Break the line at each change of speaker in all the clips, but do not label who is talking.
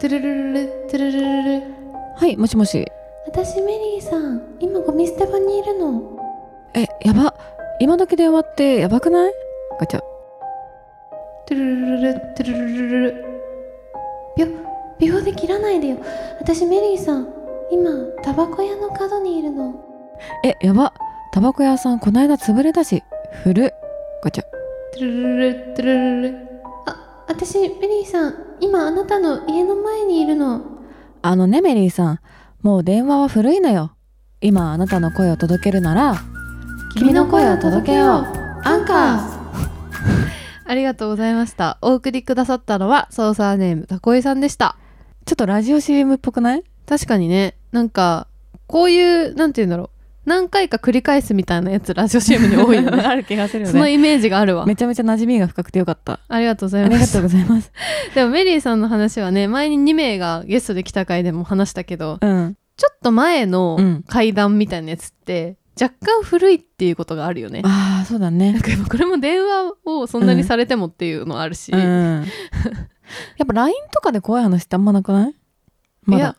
トゥルルルルトゥルルルルル
はい、もしもし。
私メリーさん今ゴミ捨て場にいるの
え、やば。今時電話ってやばくないガチャ。
トゥルルルルトゥルルルルル秒秒で切らないでよ私メリーさん今タバコ屋の角にいるの
え、やば。タバコ屋さんこないだ潰れたし。古っ。ガチャ。
トゥルルルルトゥルルルルあ私メリーさん今あなたの家の前にいるの
あのね、メリーさん。もう電話は古いのよ。今あなたの声を届けるなら、君の声を届けようアンカ
ありがとうございましたお送りくださったのはソーサーネームたこえさんでした
ちょっとラジオ CM っぽくない
確かにねなんかこういうなんて言うんだろう何回か繰り返すみたいなやつラジオ CM に多いよね
ある気がするよ
その
ね。
イメージがあるわ
めちゃめちゃ馴染みが深くてよかった。
ありがとうござ
あ
い
り
ま
が
す
とうございます。
でもメリーさんの話はね前に2名がゲストで来た回でも話したけど
うん。
ちょっと前
う
の
ん
階段みたいなやつって若干古いっていうことがあるよね
ああ、そうだね
なん。かこれも電話をそんなにされてもっていうのあるし、
うん。 やっぱ LINE とかで怖い話ってあんまなくないま
いや
だ。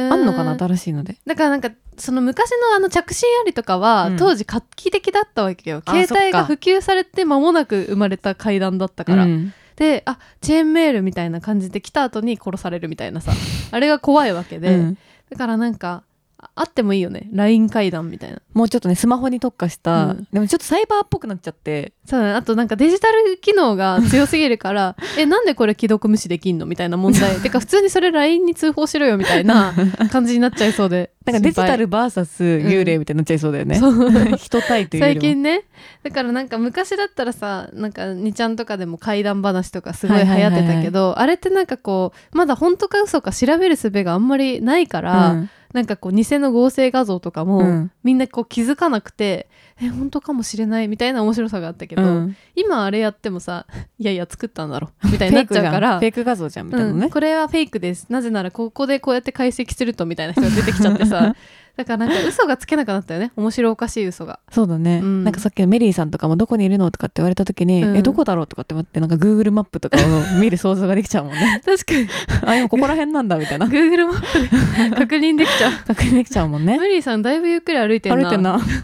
う
あんのかな新しいので。
だからなんかその昔のあの着信ありとかは、
うん
当時画期的だったわけよ
あ
携
そっ
帯
か
が普及されて間もなく生まれた階段だったから、
うん
であチェーンメールみたいな感じで来た後に殺されるみたいなさあれが怖いわけで、
うん
だからなんかああってもいいよね LINE 階段みたいな
もうちょっとねスマホに特化し
う
た、
ん
でもちょっとサイバーっぽくなっちゃって
そうだねあとなんかデジタル機能が強すぎるから えなんでこれ既読無視できんのみたいな問題てか普通にそれ LINE に通報しろよみたい な感じになっちゃいそうで
なんかデジタル VS
うん
幽霊みたいになっちゃいそうだよね、
心配そう
人対というより
最
も
近ねだからなんか昔だったらさなんか2ちゃんとかでも怪談話とかすごい流行ってたけど、あれってなんかこうまだ本当か嘘か調べる術があんまりないから、
うん
なんかこう偽の合成画像とかも、
うん
みんなこう気づかなくてえ本当かもしれないみたいな面白さがあったけど、
うん
今あれやってもさ いやいや作ったんだろみたいになっちゃうから
フェイク画像じゃんみたいなの
う
ね
ん、、これはフェイクですなぜならここでこうやって解析するとみたいな人が出てきちゃってさ だからなんか嘘がつけなくなったよね面白おかしい嘘が。
そうだね、
うん
なんかさっきのメリーさんとかもどこにいるのとかって言われた時に、
うん
えどこだろうとかって思ってなんか Google マップとかを見る想像ができちゃうもん ね
確かに
あ今ここら辺なんだみたいな
Google マップで確認できち ゃう。
確認できちゃうもんね
メリーさんだいぶゆっくり歩いてん
歩
な。
いてんな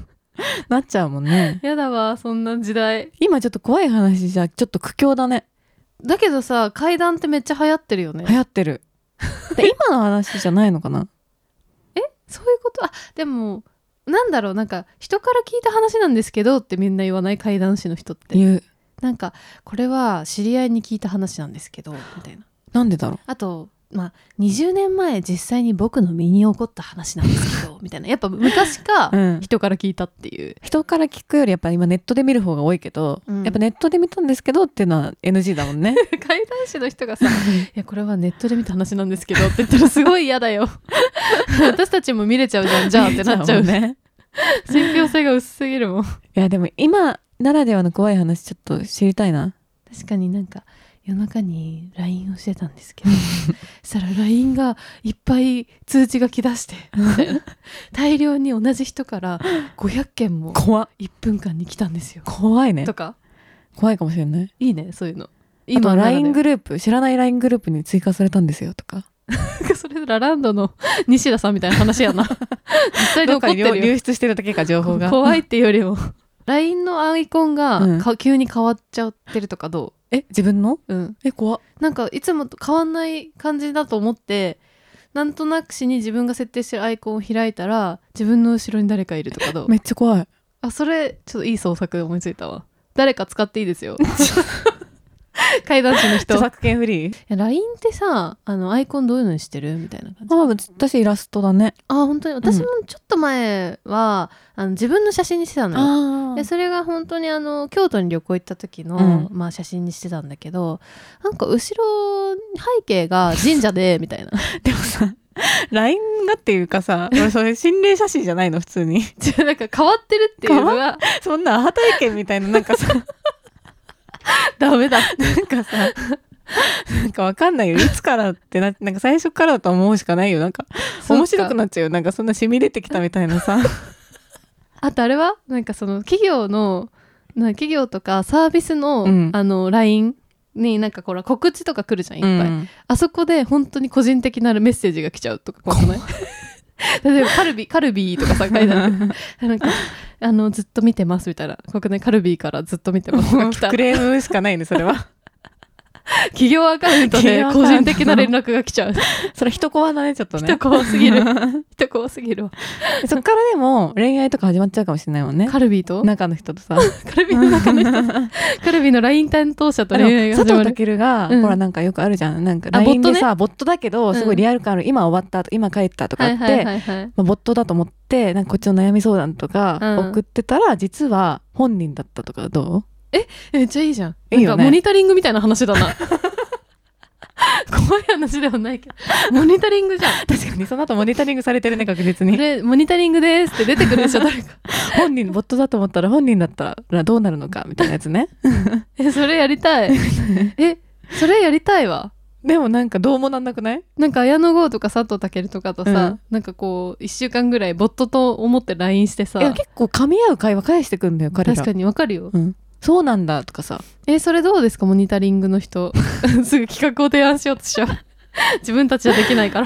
なっちゃうもんね
やだわそんな時代。
今ちょっと怖い話じゃちょっと苦境だね
だけどさ階段ってめっちゃ流行ってるよね
流。行ってるで今の話じゃないのか な
そういうことあでもなんだろうなんか人から聞いた話なんですけどってみんな言わない階段師の人って。
言う
なんかこれは知り合いに聞いた話なんですけどみたいな。
なんでだろ
あとまあ20年前実際に僕の身に起こった話なんですけ どみたいなやっぱ昔か
う、うん、
人から聞いたっていう。
人から聞くよりやっぱ今ネットで見る方が多いけど、
うん
やっぱネットで見たんですけどっていうのは NG だもんね
怪談師の人 がさ「いやこれはネットで見た話なんですけど」って言ったらすごい嫌だ よ私たちも見れちゃう じゃん じゃあってなっちゃう
見
ね
れもんね
信憑性が薄すぎるもん確
いやでも今ならではの怖い話ちょっと知りたいな
かになんか夜中に LINE をしてたんです けどそしたら LINE がいっぱい通知が来だ してみたいな大量に同じ人から500件も
怖
1分間に来たんですよ
怖いね
とか
怖いかもしれない
いいねそういうの
あと
ならでは
LINE グループ知らない LINE グループに追加されたんですよとか
なんかそれラランドの 西田さんみたいな話 やな実際に
どっ
怒って
かに
るよ
流流出してるだけか情報が
怖いっていうよりも LINE のアイコンが
うん
か急に変わっちゃってるとかど
え自分の
う、うん、
え怖
なんかいつもと変わんない感じだと思ってなんとなくしに自分が設定してるアイコンを開いたら自分の後ろに誰かいると かどう
めっちゃ怖い
あそれちょっといい創作思いついたわ誰か使っていい ですよ階段師の 人
著
い
作権フリー
や LINE ってさあのアイコンどういうのにしてるみたいな感じ
あ私イラストだね
あ本当に私もちょっと前は、あの自分の写真にしてたのよ
あ
でそれが本当にあの京都に旅行行った時の、まあ、写真にしてたんだけどなんか後ろ背景が神社でみたいな
でもさ LINE がっていうかさ 俺それ心霊写真じゃないの普通に
違うなんか変わってるっていうのが
そんなアハ体験みたいななんか さ
ダメだ
なんかさなんかわかんないよいつからってななんか最初からだと思うしかないよなんか面白く
い
なっちゃうよなんかそんなしみ出てきたみたいなさ
あとあれはなんかその企業のな企業とかサービスの,、
うん
あの LINE になんかこれ告知とか来るじゃんいっぱい、
うん
あそこで本当に個人的なメッセージが来ちゃうとか怖く ない例えばカルビカルビーとかさ書いてあるなんかあのずっと見てますみたいな国内カルビーからずっと見 てますとか来た
クレームしかないねそれは
企業アカウント
企
で
業アカウ
個
ント
人的な連絡が来ち ゃう
それ人怖だねちょっとね
人怖すぎる人怖すぎるわ
そっからでも恋愛とか始まっちゃうかもしれないもんね
カルビーと
中の人とさ
カルビーの中の人 カルビーの LINE 担当者と恋愛が
佐
始ま
藤
る
健が、
うん
ほらなんかよくあるじゃんなんか
あボ
LINE
ット
で
ね
さボットだけどすごいリアル感ある、今終わったと今帰ったとかあって、
いはい
まあ、ボットだと思ってなんかこっちの悩み相談とか
うん
送ってたら、実は本人だったとかどう
めっちゃいいじゃん
いいよね
なんかモニタリングみたいな話だな 怖い話ではないけどモニタリングじゃん
確かにその後モニタリングされ てるね確実
これモニタリングですって出てく るでしょ誰か
本人ボットだと思ったら本人だったらどうなるのかみたいなやつね
えそれやりた いえそれやりたいわ
でもなんかどうもなんなくない
なんか綾野剛とか佐藤健とかとさ、
うん
なんかこう1週間ぐらいボットと思って LINE してさ
いや結構噛み合う会話返してくんだよ彼ら
確かにわかるよ、
うん、そうなんだとかさ
えそれどうですかモニタリングの 人すぐ企画を提案しようとしちゃう自分たちはできないか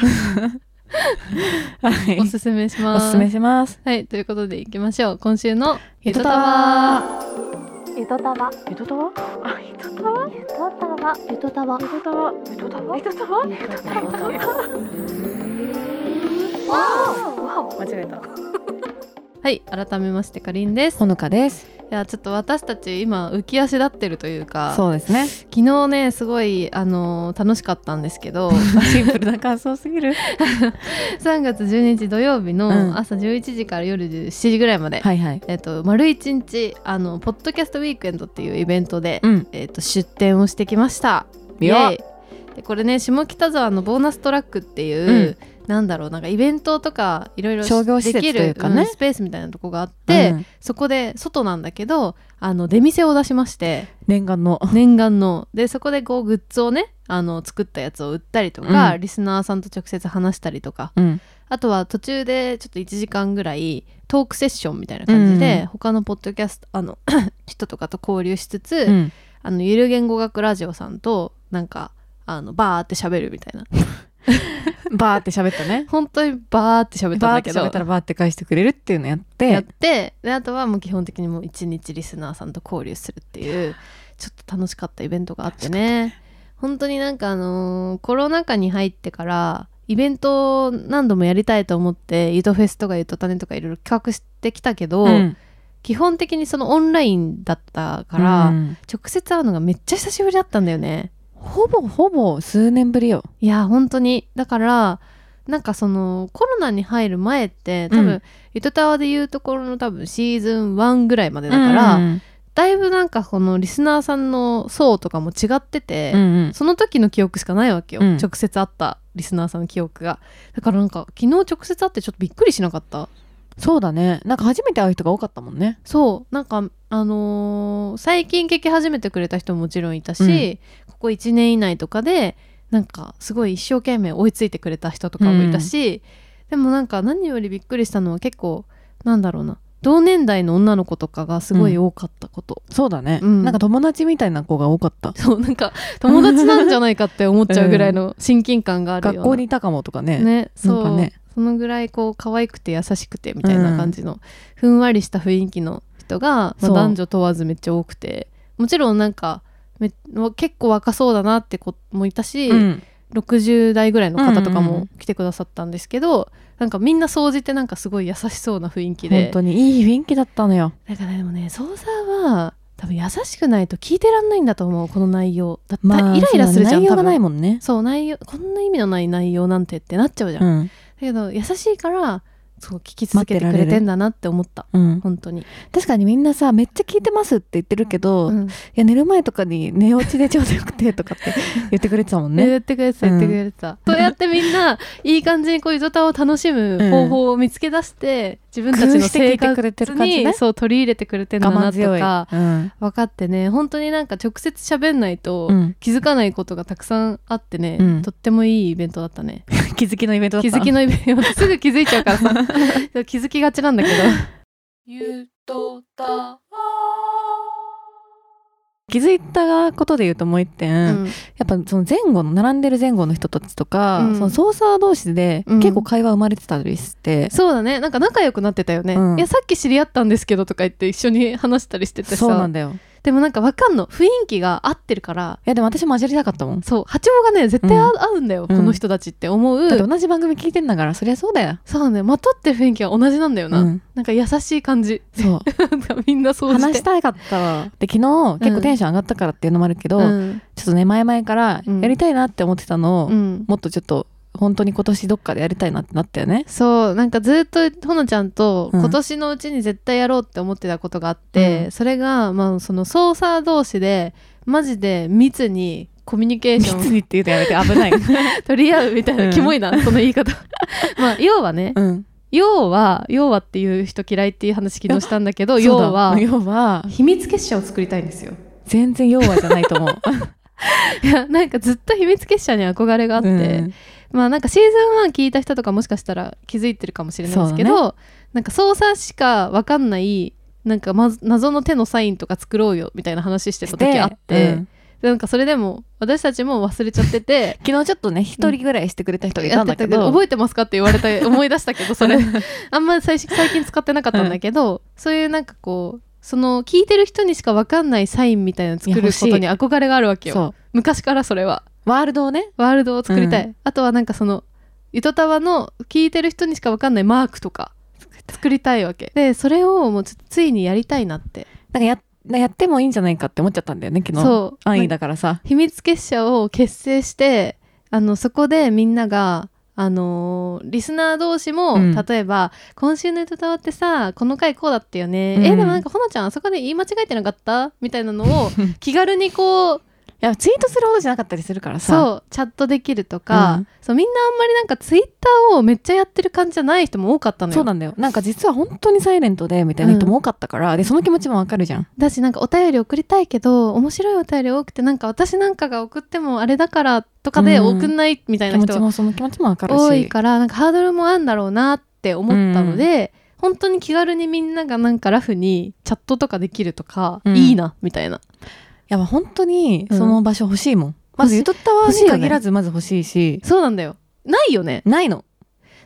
ら
はい
おすすめしま
お
す
すすめします
はいということでいきましょう今週の
ゆとたわゆとたわゆとたわあゆとたわ
ゆとたわゆとたわ
ゆとたわゆとたわゆとたわゆとたわ間違えた
はい改めましてかりんです
ほのかです
いやちょっと私たち今浮き足立ってるというか
そうですね
昨日ねすごいあのー楽しかったんですけど
シンプルな感想すぎる
3月12日土曜日
うん
の朝11時から夜7時ぐらいまで、
はいはい
えっと丸一日あのポッドキャストウィークエンドっていうイベントで、
うん
えっと出展をしてきました
い
イ
や
エーイでこれね下北沢のボーナストラックっていう、なんだろうなんかイベントとかいろいろ
商業施設
できる
というかね
んスペースみたいなとこがあって、
うん
そこで外なんだけどあの出店を出しまして
念願の
念願のでそこでこうグッズをねあの作ったやつを売ったりとか、
うん
リスナーさんと直接話したりとか
うん
あとは途中でちょっと1時間ぐらいトークセッションみたいな感じで、
うん
他のポッドキャストあの 人とかと交流しつつ、
うん
あのゆる言語学ラジオさんとなんかあのバーって喋るみたいな
バーって喋ったね
本当にバーって喋ったん
バー
だ
っ
け
て
ど
喋ったらバーって返してくれるっていうのやって
やってであとはもう基本的にもう一日リスナーさんと交流するっていうちょっと楽しかったイベントがあってね本当になんかあのーコロナ禍に入ってからイベントを何度もやりたいと思ってゆとフェスとかゆとたねとかいろいろ企画してきたけど、
うん
基本的にそのオンラインだったから、
うん
直接会うのがめっちゃ久しぶりだったんだよね
ほぼほぼ数年ぶりよ
いや本当にだからなんかそのコロナに入る前って多分、
うん
ゆとたわで言うところの多分シーズン1ぐらいまでだから、
うん
だいぶなんかこのリスナーさんの層とかも違ってて、
うんうん
その時の記憶しかないわけよ、
うん
直接会ったリスナーさんの記憶がだからなんか昨日直接会ってちょっとびっくりしなかった
そうだねなんか初めて会う人が多かったもんね
そうなんかあのー最近聞き始めてくれた人ももちろんいたし、ここ1年以内とかでなんかすごい一生懸命追いついてくれた人とかもいたし、でもなんか何よりびっくりしたのは結構なんだろうな同年代の女の子とかがすごい多かったこと、
そうだね、
うん
なんか友達みたいな子が多かった
そうなんか友達なんじゃないかって思っちゃうぐらいの親近感があるような
学校にいたかもとかね
ねそう
なんかね
そのぐらいこう可愛くて優しくてみたいな感じの、ふんわりした雰囲気の人が、ま
そ
あ、
う
男女問わずめっちゃ多くてもちろんなんかめ結構若そうだなって子もいたし、
うん
60代ぐらいの方とか
うんうんう
も
ん
来てくださったんですけど、なんかみんな総じてなんかすごい優しそうな雰囲気
本
で
当にいい雰囲気だったのよ
なんかねでもね総さんは多分優しくないと聞いてらんないんだと思うこの内容だった、イライラするじゃん
そうだね内
多
容が
分
ないもんね
そう内容こんな意味のない内容なんてってなっちゃうじゃん、
う
だ
ん、
けど優しいからそう聞き続けてくれてんだなって思った
うん、
本当に、
確かにみんなさめっちゃ聞いてますって言ってるけど、い
うん
や寝る前とかに寝落ちでちょうどよくてとか って言ってくれてたもん
ね、
ね
言ってくれてた言ってくれてた、そうやってみんないい感じにこうゆとたを楽しむ方法を見つけ出して、自分たちの生
工夫して聞いてくれて
活
る感じ
に、
ね
そう取り入れてくれてんだ
我
な
慢
と
強い、
か
うん
分かってね本当になんか直接喋んないと
うん
気づかないことがたくさんあってね、
うん
とってもいいイベントだったね
気づきのイベントだった
気づきのイベントすぐ気づいちゃう からさそう気づきがちなんだけどゆとた
気づいたことで言うともう一点、
う
やっぱその前後の並んでる前後の人たちとか、
うん
その操作同士で
うん
結構会話生まれてたりして、
そうだねなんか仲良くなってたよね、
うん
いやさっき知り合ったんですけどとか言って一緒に話したりしてて
そうな
さ
んだよい
でもなんかわかんの雰囲気が合ってるから
やでも私も混じりたかったもんだ
そう波長がね絶対合
う
合うんだよ、
うん
この人たちって思う
って同じ番組聞いてんだからそりゃそうだよ、
そうねまとってる雰囲気は同じなんだよな、
うん
なんか優しい感じ
そう
なんかみんなそう
話したかったわで昨日結構テンション上がったからっていうのもあるけど、
うん
ちょっとね前々から
うん
やりたいなって思ってたのを、
うん
もっとちょっと本当に今年どっかでやりたいなってなったよね
そうなんかずっとほのちゃんと
うん
今年のうちに絶対やろうって思ってたことがあって、
うん
それがまあその操作同士でマジで密にコミュニ ケーションを
にって言うとやめて危ない、
取り合うみたいな、
うん
キモいなその言い方まあ要はね、
うん、
要は要はっていう人嫌いっていう話昨日したんだけど要
そうだ
は
要は
秘密結社を作りたいんですよ
全然要はじゃないと思 う
いやなんかずっと秘密結社に憧れがあって、
うん
まあなんかシーズン1聞いた人とかもしかしたら気づいてるかもしれないですけ
そう
ど、なんか操作しかわかんないなんかまず謎の手のサインとか作ろうよみたいな話してた時あって
うん
でなんかそれでも私たちも忘れちゃって て
昨日ちょっとね一人ぐらいしてくれた人がいたんだけ
やってた
ど、
覚えてますかって言われた思い出したけどそれあんまり最初最近使ってなかったんだけど、そういうなんかこうその聞いてる人にしかわかんないサインみたいなの作
いや
る
欲
こ
しい
とに憧れがあるわけよ
そ
昔からそれは
うワールドをね
ワールドを作りたい、
う
あとはなんかその糸タワの聞いてる人にしかわかんないマークとか作りたいわけでそれをもうちょっとついにやりたいなって
なんかややってもいいんじゃないかって思っちゃったんだよね昨日
そう
安易だからさ
秘密結社を結成してあのそこでみんなが、あのーリスナー同士も、
うん
例えば「今週の糸タワってさこの回こうだったよね、
うん
えでもなんかほのちゃんあそこで言い間違えてなかった?」みたいなの を気軽にこう
いやツイートするほどじゃなかったりするからさ
そうチャットできるとか、
うん
そうみんなあんまりなんかツイッターをめっちゃやってる感じじゃない人も多かったのよ
そうなんだよなんか実は本当にサイレントでみたいな人も多かったから、でその気持ちもわかるじゃん
だしなんかお便り送りたいけど面白いお便り多くてなんか私なんかが送ってもあれだからとかで
うん
送んないみたい
気
な
持
人
ち
が
もその気持ちもわかるし
多いからなんかハードルもあんだろうなって思ったので、本当に気軽にみんながなんかラフにチャットとかできるとか、
うん
いいなみたいない
や本当にその場所欲しいもん、まずゆ
欲
とったわ
欲しい
に
よね
限らずまず欲しいし
そうなんだよないよね
ないの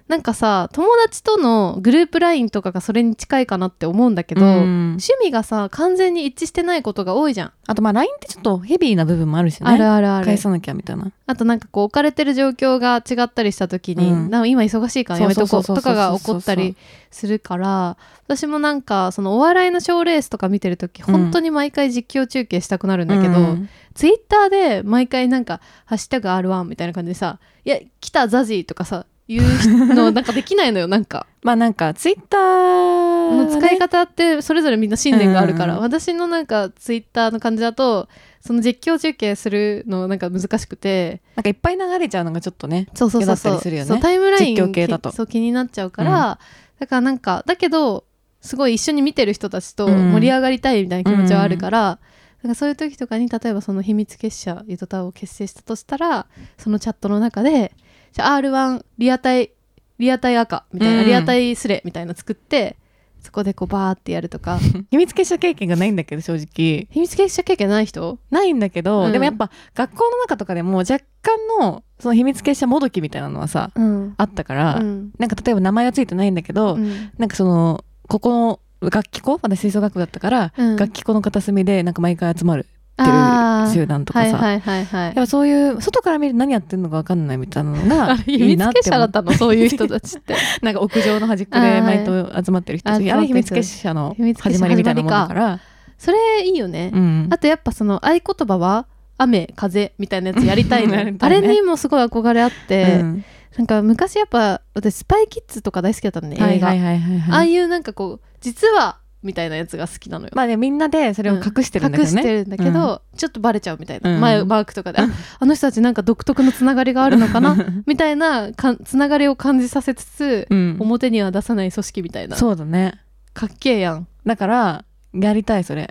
なんかさ友達とのグループ LINE とかがそれに近いかなって思うんだけど、
けど、
趣味がさ完全に一致してないことが多いじゃん、
あとまあ LINE ってちょっとヘビーな部分もあるしね
あるあるある
返さなきゃみたいな
あとなんかこう置かれてる状況が違ったりした時に、
うん
なんか今忙しいからやめとこう
そうそうそうそう
とかが起こったりするから私もなんかそのお笑いの賞ーレースとか見てる時
うん
本当に毎回実況中継したくなるんだけど、
うん
ツイッターで毎回なんか「ハッシュタグ #R1」みたいな感じでさ「いや来たザジー」とかさ言うのなんかできない のよなんか。
まあなんかツイッタ
も
ー
う使い方ってそれぞれみんな信念があるから、
うん
私のなんかツイッターの感じだとその実況中継するのなんか難しくて
なんかいっぱい流れちゃうのがちょっとね
そうそうそうそう
嫌だったりするよね
そうタイムライン
実況系だと
きそう気になっちゃうから、だからなんかだけどすごい一緒に見てる人たちと
うん
盛り上がりたいみたいな気持ちはあるから、なんかそういう時とかに例えばその秘密結社ゆとたわを結成したとしたらそのチャットの中で「じゃあ R1 リアタイリアタイ赤」みたいな、
うん
リアタイスレみたいな作ってそこでこうバーってやるとか
秘密結社経験がないんだけど正直
秘密結社経験ない人
ないんだけど、
うん
でもやっぱ学校の中とかでも若干のその秘密結社もどきみたいなのはさ
うん、
あったから、
うん
なんか例えば名前はついてないんだけど、
うん
なんかそのここの楽器校私吹奏楽部だったから、
うん
楽器校の片隅でなんか毎回集まるってる
あー
集団とかさ、
はいはいはいはい
やっぱそういう外から見ると何やってるのか分かんないみたいなの が
あれ
い
秘
いな
密
っ
結
て
社だ
思
ったのそういう人たちって
なんか屋上の端っこで
あー
毎度集まってる人たち、
はい
あれ秘密結社の
秘密結社
始まりみたいなもんだから、
それいいよね、
うん、
あとやっぱその合言葉は雨風みたいなやつやりたいの
やりた
あ
いね
れにもすごい憧れあって、
うん
なんか昔やっぱ私スパイキッズとか大好きだったのね映画、
はいはいはいはい
ああ
はい
いうなんかこう実はみたいなやつが好きな のよ、
まあねみんなでそれを隠してるんだ
隠
けど
し
ね、
てるんだけど、ちょっとバレちゃうみたいな、
うん
前マークとかであ あの人たちなんか独特のつながりがあるのか なみたいなかんつながりを感じさせつつ、
うん
表には出さない組織みたいな
そうだね
かっけえやん
だからやりたいそれ、
や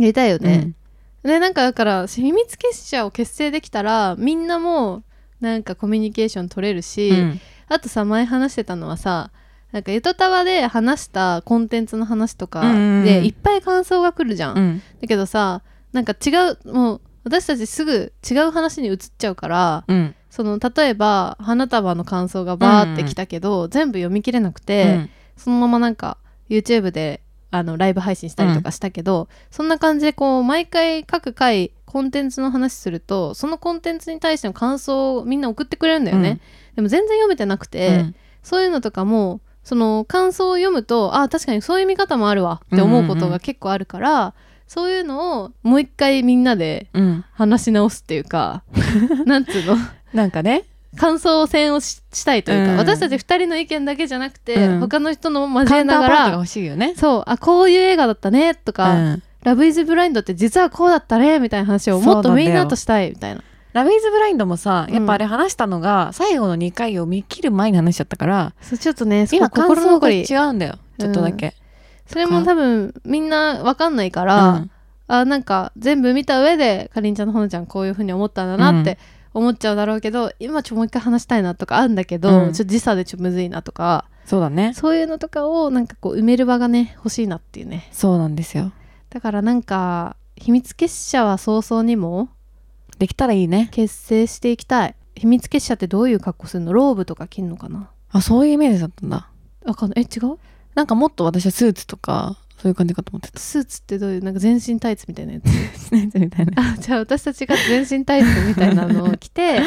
りたいよね、
うん
でなんかだから秘密結社を結成できたらみんなもなんかコミュニケーション取れるし、
うん
あとさ前話してたのはさなんかゆとたわで話したコンテンツの話とか
うんうんうん
でいっぱい感想が来るじゃん、
うん
だけどさなんか違うもう私たちすぐ違う話に移っちゃうから
うん
その例えば花束の感想がバーってきたけど、全部読み切れなくて、そのままなんか YouTube であのライブ配信したりとかしたけど、そんな感じでこう毎回各回コンテンツの話するとそのコンテンツに対しての感想をみんな送ってくれるんだよね、でも全然読めてなく
うん
て、そういうのとかもその感想を読むとあ確かにそういう見方もあるわって思うことが結構あるから、そういうのをもう一回みんなで
うんうん
話し直すっていう かなんつうの
なんかね
感想戦をししたいというか、
うん
私たち2人の意見だけじゃなくて、
うん
他の人のも交
カ
え
ウンタ
なが
ーパートが
ら
欲しいよね
そうあこういう映画だったねとか、
うん
ラブイズブラインドって実はこうだったねみたいな話を
そう
も
なん
っ
だ
と
よ
みんなとしたいみたいな
ラブイズブラインドもさ
うん
やっぱあれ話したのが、最後の2回を見切る前に話しちゃったから
そうちょっとねそ
今
こ
感
心
想
残
が
り
違うんだよちょっとだけ、
それも多分みんなわかんないか
う
ら、
ん
あなんか全部見た上でかりんちゃんのほのちゃんこういうふうに思ったんだなって思っちゃうだろうけど、今ちょもう一回話したいなとかあるんだけど、
うん
ちょっと時差でちょっとむずいなとか
そうだね
そういうのとかをなんかこう埋める場がね欲しいなっていうね
そうなんですよ
だからなんか秘密結社は早々にも
できたらいいね
結成していきたい秘密結社ってどういう格好するのローブとか着んのかな
あそういうイメージだったんだ
わかんないえ違う
なんかもっと私はスーツとかそういう感じかと思ってた
スーツってどういうなんか全身タイツみたいなやつ
スーツみたいな
あじゃあ私たちが全身タイツみたいなのを着 て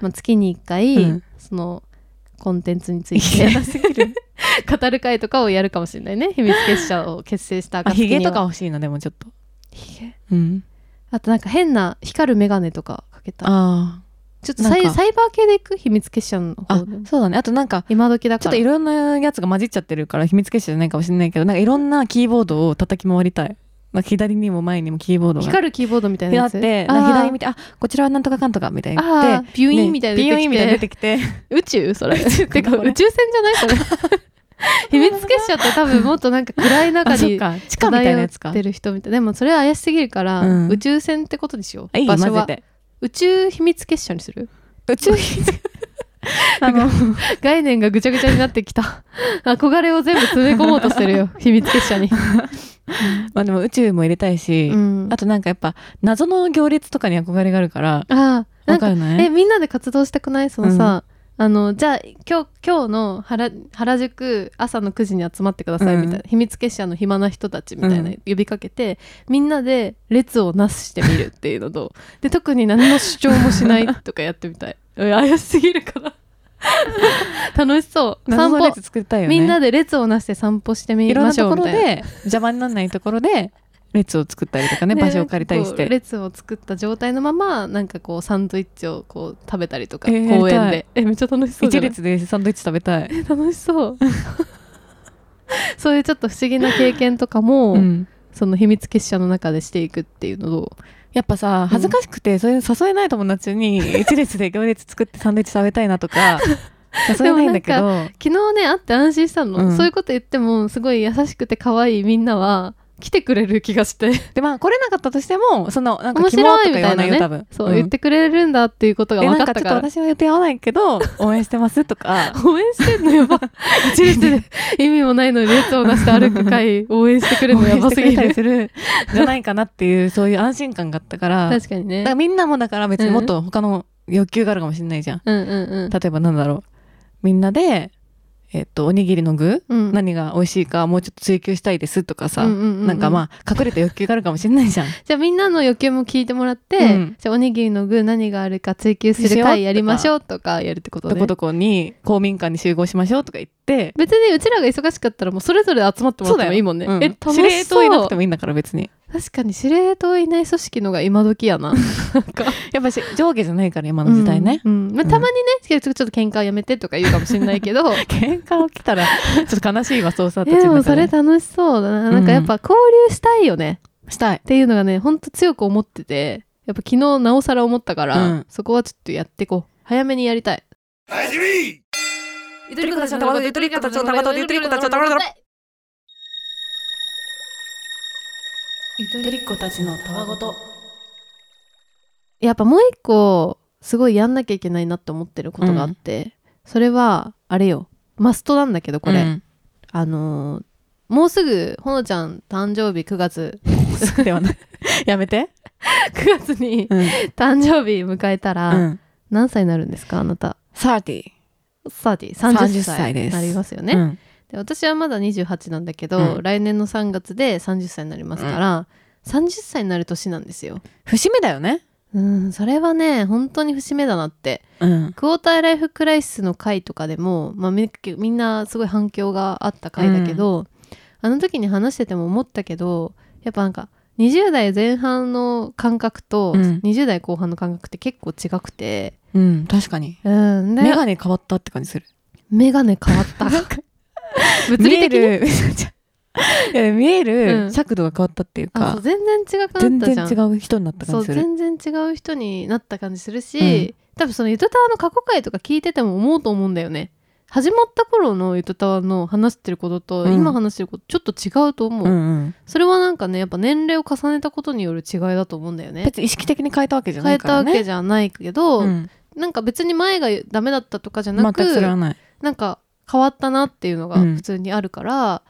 まあ月に1回、
うん
そのコンテンツについて 語る会とかをやるかもしれないね秘密結社を結成した
あ
暁
ヒ
には
ゲとか欲しいなでもちょっと
ひげ
うん
あとなんか変な光る眼鏡とかかけた
あ
ちょっとサイ
なんか
サイバー系でいく秘密結社の
ああ
方で
そうだねあとなんか
今時だ
ち
か
ょっと
ら
いろんなやつが混じっちゃってるから秘密結社じゃないかもしれないけどなんかいろんなキーボードを叩き回りたいなんか左にも前にもキーボードが
光るキーボードみたいな
であ
や
っ
つ
て
あー
なんか左見てあこちらはなんとかかんとかみたいに言
あ
って
ービューイ
ね
ンみたいなの出
ピ
て
ューイ
き
ンみたいなの出
て
てきて
宇宙それてか
これ
宇宙船じゃないそれ秘密結社って多分もっとなんか暗い 中
あそっ
に
か地下みたいなやつ
漂
か
ってる人みたいでもそれは怪しすぎるから、
うん
宇宙船ってことでしょ
あいい
場
混
所
ぜ
は
て
宇宙秘密結社にする
宇宙人
あの概念がぐちゃぐちゃになってき た憧れを全部詰め込もうとしてるよ秘密結社 に、
まあでも宇宙も入れたいし、
うん
あとなんかやっぱ謎の行列とかに憧れがあるから
ああ
わかるね
えみんなで活動したくないそのさ、あのじゃあ今日今日の原原宿朝の9時に集まってくださいみたいな、
うん
秘密結社の暇な人たちみたいな
うん
呼びかけて、みんなで列をなしてみるっていうのとで特に何の主張もしないとかやってみたい え怪しすぎるから 楽しそう散
謎の
歩、
列作りたいよ
み
ね
んなで列をなして散歩してみ
いろん
ま
な
しょ
と
う
こ
み
ろ
たいな。
で邪魔にならないところで列を作ったりとかね
で
場所を借りたりし
こう
て
列を作った状態のままなんかこうサンドイッチをこう食べたりとか、
えー
公園
やりたい
でえめっちゃ楽しそうじ
一
ゃない
列でサンドイッチ食べたい、
え楽しそうそういうちょっと不思議な経験とかも、
うん
その秘密結社の中でしていくっていうのを
やっぱさ恥ずかしくて、そういう誘えない友達 に一列で行列作ってサンドイッチ食べたいなとか誘えないんだけ
で
ど
昨日ね会って安心したの、
うん
そういうこと言ってもすごい優しくて可愛いみんなは来てくれる気がして
でまあ来れなかったとしてもそのなんか
面
キモ
白
と
いみたい
か言わな
ない
よ
ね
多分
そう、
うん
言ってくれるんだっていうことが
で
分
な
かった
んかちょ
か
っと
ら
私の予定合わないけど応援してますとか
応援してんのや ば一列で意味もないのに列を出して歩く会応援してくれるのやばす
応援
ぎ
してくれたり
る
するじゃないかなっていうそういう安心感があったから
確かに
だから
ね
みんなもだから別にもっと他の欲求があるかもしれないじゃん、
うんうん
例えばなんだろうみんなでえっとおにぎりの具、
うんうん
何が美味しいかもうちょっと追求したいですとかさ、
うんうんうんうん
なんかまあ隠れた欲求があるかもしれ ないじゃん
じゃあみんなの欲求も聞いてもらって、
うん
じゃあおにぎりの具何があるか追求する会やりましょうとかやるってこと
ど
ね
こどこに公民館に集合しましょうとか言って
別にうちらが忙しかったらもうそれぞれ集まってもらってもいいもんね、
うん
え楽
司令
し
塔
そう
いなくてもいいんだから別に
確かに司令塔いない組織のが今時やな
やっぱし上下じゃないから今の時代ね、
うんうんまあ、
うん
たまにね、ちょっと喧嘩をやめてとか言うかもしれないけ ど
喧嘩起きたらちょっと悲しいわ操作
え
たち
で
の
も
中
そ
で
れ楽しそうだななんかやっぱ交流したいよね、
したい
っていうのがねほんと強く思っててやっぱ昨日なおさら思ったから、
うん
そこはちょっとやってこう早めにやりたいゆとりこたちの卵とゆとりこたちの卵とゆとりこたちの卵とやっぱもう一個すごいやんなきゃいけないなって思ってることがあって、それはあれよマストなんだけどこれ、
うん
あのーもうすぐほのちゃん誕生日9月
そうではない やめて。
9月に
うん。
誕生日迎えたら、
うん。
何歳になるんですかあなた
30。
3030
30
30
歳
歳
です
になりますよね、
うん
で私はまだ28なんだけど、
うん
来年の3月で30歳になりますから、30歳になる年なんですよ
節目だよね。
うんそれはね本当に節目だなって
うん。
クォーターライフクライシスの回とかでも、まあ、みみんなすごい反響があった回だけど、あの時に話してても思ったけどやっぱなんか20代前半の感覚と
うん
20代後半の感覚って結構違くて、
うん。確かに。
うん、で
メガネ変わったって感じする。
メガネ変わっ た。物理的に
見えるいや見え
う
る
ん
尺度が変わったっていう
あそ
か
う、全然違く
全
なったじ
然
ゃん
違う人になった
そ
感
う
じする。
全然違う人になった感じするし、多分その「ゆとたわ」の過去回とか聞いてても思うと思うんだよね始まった頃の「ゆとたわ」の話してることと、
うん
今話してることちょっと違うと思う、
うんうん。
それはなんかねやっぱ年齢を重ねたことによる違いだと思うんだよね
別に意識的に変えたわけじゃな
変
い
え
か
た
ら
わ
ね。
けじゃないけど、
うん
なんか別に前がダメだったとかじゃな
全
く、
くそれはない。
なんか変わったなっていうのが
うん
普通にあるから、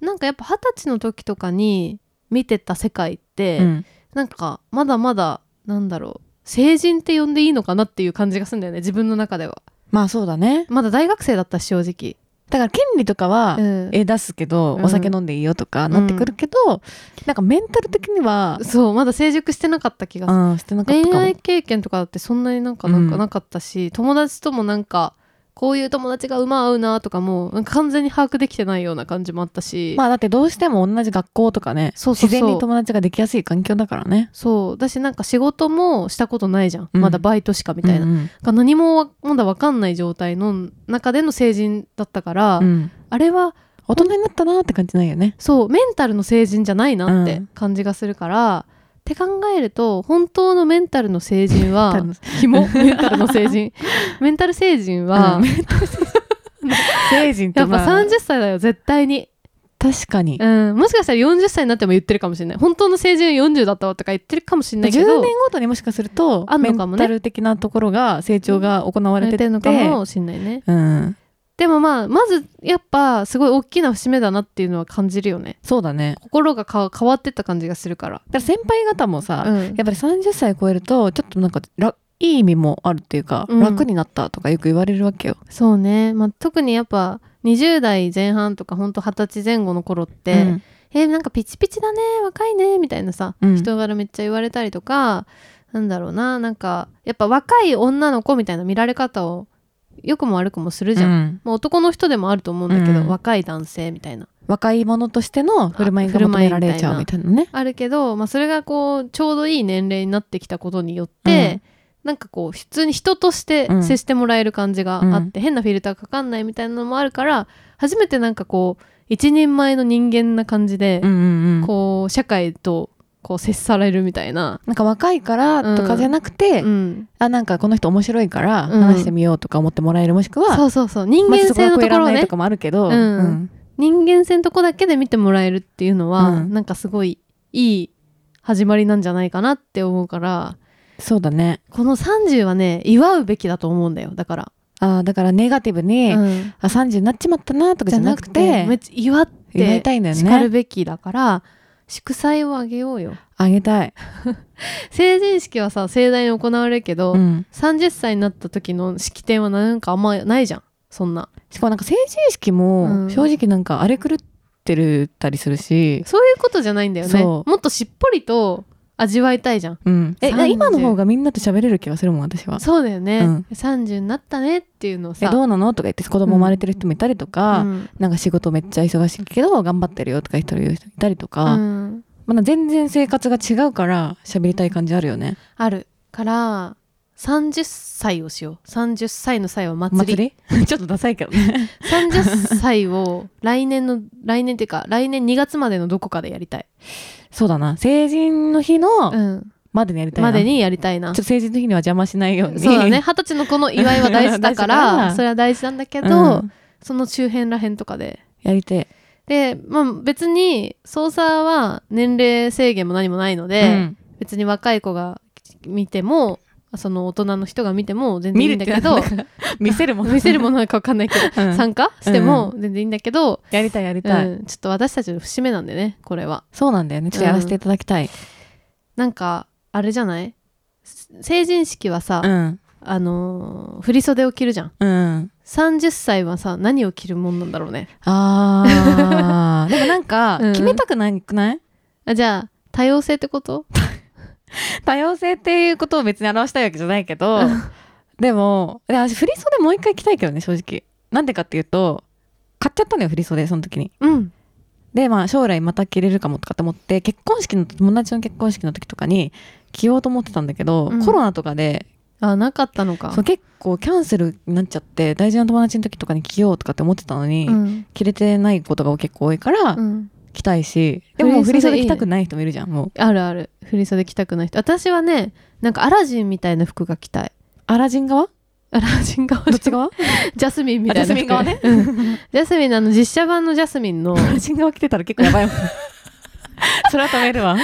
なんかやっぱ二十歳の時とかに見てた世界って、
うん
なんかまだまだなんだろう成人って呼んでいいのかなっていう感じがするんだよね自分の中では
まあそうだね。
まだ大学生だったし正直、
だから権利とかは
うん
え出すけど、
うん
お酒飲んでいいよとかなってくるけど、なんかメンタル的には、
そうまだ成熟してなかった気がする
うん、してなかった
恋
かも
愛。経験とかだってそんなになんかなん
う
か
ん
なかったし、友達ともなんかこういう友達が馬合うなとかもなんか完全に把握できてないような感じもあったし、
まあだってどうしても同じ学校とかね
そうそうそう
自然に友達ができやすい環境だからね。
そうだしなんか仕事もしたことないじゃん、
うん
まだバイトしかみたいな、
うん
が何もわまだ分かんない状態の中での成人だったから、
うんうん
あれは
大人になったなって感じないよね。
そうメンタルの成人じゃないなっ
う
て
ん
感じがするから、って考えると本当のメンタルの成人は
多分
紐メンタルの成 人メンタル成人は、
うん成人って、
やっぱ
まあ、
30歳だよ絶対に、
確かに。
うん、もしかしたら40歳になっても言ってるかもしれない本当の成人は40だったわとか言ってるかもしれないけ
10
ど
年ごとにもしかすると、
あん
メ
の
ン
かもね
タル的なところが成長が
言
行われ
わ
て
れ
て
てるのかもしれないね
うん、
でもまあまずやっぱすごい大きな節目だなっていうのは感じるよね
そうだね。
心がか変わってった感じがするから、
だから先輩方もさ、
うん
やっぱり30歳超えるとちょっとなんからいい意味もあるっていうか、
うん
楽になったとかよく言われるわけよ。
そうね、まあ、特にやっぱ20代前半とかほんと二十歳前後の頃って、
うん
えーなんかピチピチだね若いねみたいなさ、
うん
人柄めっちゃ言われたりとかなんだろうななんかやっぱ若い女の子みたいな見られ方を良くも悪くもするじゃん、
うん
まあ、男の人でもあると思うんだけど、
うん
若い男性みたいな
若い者としての振る舞いが求められちゃうみたいなね。
あるけど、まあ、それがこうちょうどいい年齢になってきたことによって、なんかこう普通に人として
うん
接してもらえる感じがあって、変なフィルターかかんないみたいなのもあるから初めてなんかこう一人前の人間な感じで、
うんうんうん
こう社会とこう接されるみたいな、
なんか若いからとかじゃなくて、
うん、
あなんかこの人面白いから
うん
話してみようとか思ってもらえるもしくは、
そうそうそう人
まあちょっ
間性のこ
ことの子いら
ろ
ない
ね
とかもあるけど、
うん人間性のとこだけで見てもらえるっていうのは、
うん
なんかすごいいい始まりなんじゃないかなって思うから
そうだね。
この30はね祝うべきだと思うんだよだから、
あーだからネガティブに、
うん
あ30になっちまったなとかじ
じ
ゃ
ゃ
な
な
く
く
て
てめっちゃ祝っ
祝い
て
たいんだよ
叱る
ね。
べきだから祝祭をあげようよ
あげたい。
成人式はさ盛大に行われるけど、
うん
30歳になった時の式典はなんかあんまないじゃんそんな
しかもなんか成人式
う
も
ん
正直なんか荒れ狂ってるたりするし、
そういうことじゃないんだよね
そ
も
う
っとしっぽりと味わいたいじゃん
うん、え
30
今の方がみんなと喋れる気がするもん私は。
そうだよね、
うん
30になったねっていうのを
え
さ
どうなのとか言って子供生まれてる人もいたりとか、
うん
なんか仕事めっちゃ忙しいけど頑張ってるよとか言ってる人いたりとか、
うん
まあ、全然生活が違うから喋りたい感じあるよね。
あるから30歳をしよう30歳の際は祭り
祭りちょっとダサいけどね。
30歳を来年の来年っていうか来年2月までのどこかでやりたい、
そうだな成人の日の
うん、
までにやりたいな。
までにやりたい
ちょ
な
っと成人の日には邪魔しないように。
そうだね二十歳の子の祝いは大事だか
大事だから
らそれは大事なんだけ
うん。
ど、その周辺ら辺とかで
やりて
で、まあ、別に操作は年齢制限も何もないの
え、
で、
うん
別に若い子が見てもその大人の人が見ても全然
見
いい
る
ん
っ
だ
て
けど
見せるもの
見せるものなんか分かんないけど、
うん
参加しても全然いいんだけど、
やりたいや
う
り
ん
たい、
ちょっと私たちの節目なんでねこれは。
そうなんだよねちょっとやらせていただきたい、
なんかあれじゃない成人式はさ、
うん
あのー振り袖を着るじゃん
うん
30歳はさ何を着るもんなんだろうね
あー でもなんか
うん
決めたくなくない
あじゃあ多様性ってこと
多様性っていうことを別に表したいわけじゃないけどでもで私振り袖もう一回着たいけどね正直なんでかっていうと買っちゃったのよ振り袖その時に
うん
でまあ将来また着れるかもとかと思って結婚式の友達の結婚式の時とかに着ようと思ってたんだけど、
うん
コロナとかで
あなかったのか
そう結構キャンセルになっちゃって大事な友達の時とかに着ようとかって思ってたのに、
うん
着れてないことが結構多いから
うん
着たいし、でももう振
振
り
り
袖
袖
着
着
た
た
く
く
ない人もいるじゃんもう
あるある振り袖着たくない人私はねなんかアラジンみたいな服が着たい
アラジン側
アラジン側
どっち 側
ジャスミンみたいな服
あジャスミン側ね
うんジャスミンのあの実写版のジャスミ ンの
アラジン側着てたら結構やばいもんそれは止めるわ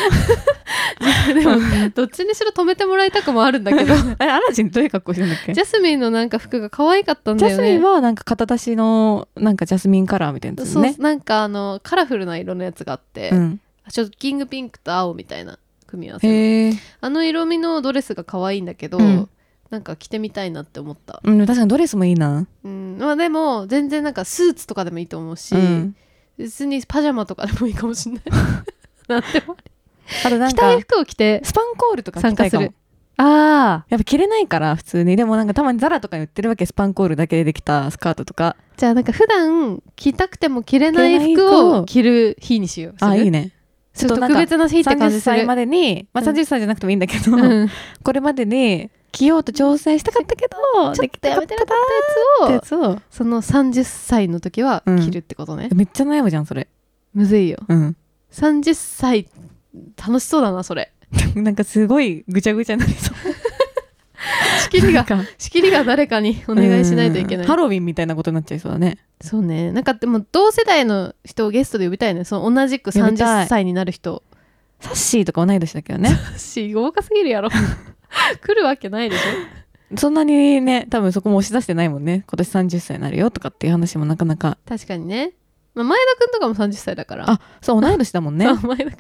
でも どっちにしろ止めてもらいたくもあるんだけどジ
えアラジンどういう格好してるんだっけ
ャスミンのなんか服が可愛かったん
ジ
だ
ャ
よ
ス
ね
ミンはなんか肩出しのなんかジャスミンカラーみたいなやつ
そう、
ね
なんかあのカラフルな色のやつがあって、
うん
ショッキングピンクと青みたいな組み合わせの
へえ、
あの色味のドレスが可愛いんだけど、
うん
なんか着てみたいなって思った、
うん、確かにドレスもいいな、
うんまあ、でも全然なんかスーツとかでもいいと思うし、
うん、
別にパジャマとかでもいいかも しれないなんでも
あとなん
着たい
か
服を着て
スパンコールとか着たいかも
参加すああ
やっぱ着れないから普通にでもなんかたまにザラとかに売ってるわけスパンコールだけでできたスカートとか
じゃあなんか普段着たくても着れない
着れない服
服
を
を着る日にしよう
あ
する
いいね
ちょっ
ちょっと
と
なんか
特別な日って感
30
じす
歳
る
までに、まあ、
うん
30歳じゃなくてもいいんだけ
う
ど、
ん、
これまでに着ようと挑戦したかったけど
ちょっとやめてなか
た
った
っ
や
てや
つを
つを
その30歳の時は着るってことね、
めっちゃ悩むじゃんそれ
むずいよ
うん
30歳楽しそうだなそれ
なんかすごいぐちゃぐちゃになりそう
仕切り
な
が
んか
仕切りが誰かにお願いしないといけな
う
い
んハロウィンみたいなことになっちゃいそうだね
そうねなんかでも同世代の人をゲストで呼びたいねその同じく
呼びたい
30歳になる人
サッシーとか同い年だけどね
し豪華すぎるやろ来るわけないでしょ
そんなにね多分そこも押し出してないもんね今年30歳になるよとかっていう話もなかなか
確かにね、まあ、前田くんとかも30歳だから
あそう同い年だもんね
そう前田くん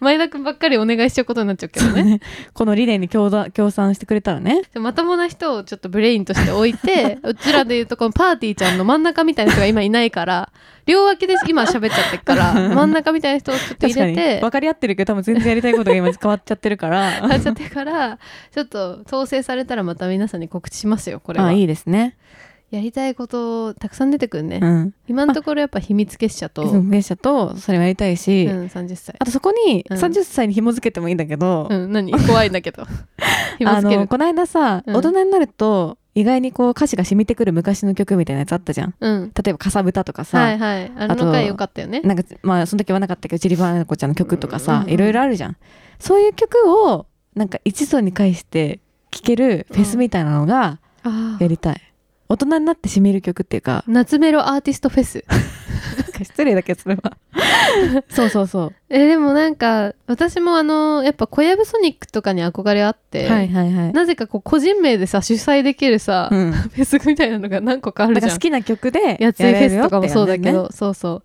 前田くんばっかりお願いしちゃうことになっちゃうけど
そう
ね
ねこの理念に協賛協賛してくれたらね
でまともな人をちょっとブレインとして置い てうちらでいうとこのパーティーちゃんの真ん中みたいな人が今いないから両脇で今喋っちゃってるから 真ん中みたいな人をちょっと
確
入
か
れ
に
て
分かり合ってるけど多分全然やりたいことが今変わっちゃってるから
入っちゃってからちょっと統制されたらまた皆さんに告知しますよこれは
あいいですね
やりたいことたくさん出てくるね、
うん
今のところやっぱ秘密結社と、うん、
列車とそれもやりたいし、
30歳
あとそこに
うん
30歳に紐付けてもいいんだけど、
うん何怖いんだ けど
あ
紐付け
の
る
この間さ、
うん
大人になると意外にこう歌詞が染みてくる昔の曲みたいなやつあったじゃん
うん
例えば「かさぶた」とかさ、
はいはいあれの
あと
回よかったよね
なんかまあその時はなかったけどちりばなこちゃんの曲と
う
か
ん
さ
うんうん
いろいろあるじゃんそういう曲をなんか一度に返して聴けるフェスみたいなのが
あー
やりたい、大人になってしみる曲っていうか
夏メロアーティストフェス
なんか 失礼だけどそれは そうそうそ
えでもなんか私もあのやっぱ小籔ソニックとかに憧れあって、
うはいはいはい
なぜかこう個人名でさ主催できるさ、
うん
フェスみたいなのが何個かあ
な
る
ん
じ
か
ゃん
好。きな曲で
やついフ
れ
ェ
る
ス
よっ
と
て
かもそうだけ
やつ
ど、
ね
そうそう。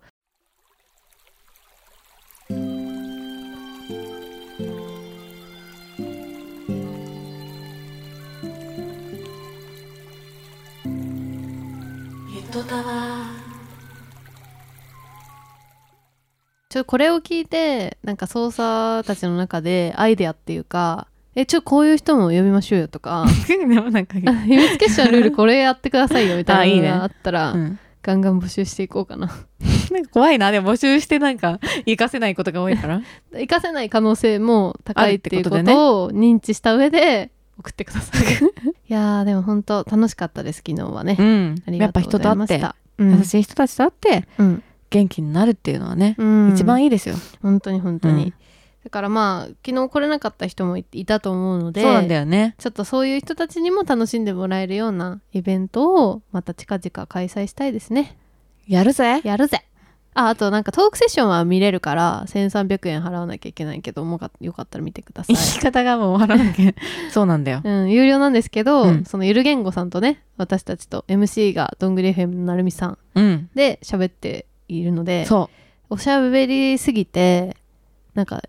ちょっとこれを聞いてなんか捜査たちの中でアイデアっていうかえちょこういう人も呼びましょうよと か
でもなんか、
あ秘密結社のルールこれやってくださいよみたいなの
あいいね
があったら
うん
ガンガン募集していこうかな
なんか怖いなでも募集してなんか活かせないことが多い から
活かせない可能性も高いっていうこ
あるってこと
を認知した上で送ってくだ さいいやーでも本当楽しかったです昨日はね、
ん
あり
やっ
が
ぱ
とうご
人と
ざい
会
ま
っ、
してたうん
優しい人たちと会って
うん
元気になるっていうのはね、
うん
一番いいですよ
本当に本当
うん
に、だからまあ昨日来れなかった人もいいたと思うので
そうなんだよね
ちょっとそういう人たちにも楽しんでもらえるようなイベントをまた近々開催したいですね
やるぜ
やるぜああとなんかトークセッションは見れるから1300円払わなきゃいけないけどもかよかったら見てくださ
言
い
い方がもう笑わな きゃそうなんだよ
うん、有料なんですけど、
うん
そのゆる言語さんとね私たちと MC がどんぐり FM のなるみさん
うん
で喋っているので
そ
おしゃべりすぎてなんか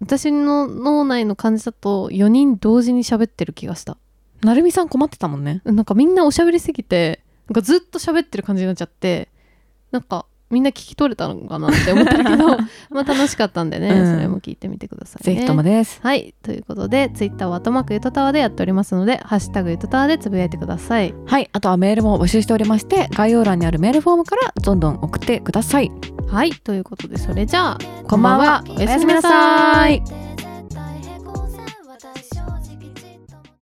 私の脳内の感じだと4人同時に喋ってる気がした
なるみさん困ってたもんね
なんかみんなおしゃべりすぎてなんかずっと喋ってる感じになっちゃってなんかみんな聞き取れたのかなって思ったけど まあ楽しかったんでね、
うん
それも聞いてみてください
ぜ
ね。
ひともです
はいということでツイッターはとまくゆとたわでやっておりますので「ハッシュタグゆとたわ」でつぶやいてください。
はいあとはメールも募集しておりまして概要欄にあるメールフォームからどんどん送ってください
はいということでそれじゃあ
こんばんは
おやすみなさい。
い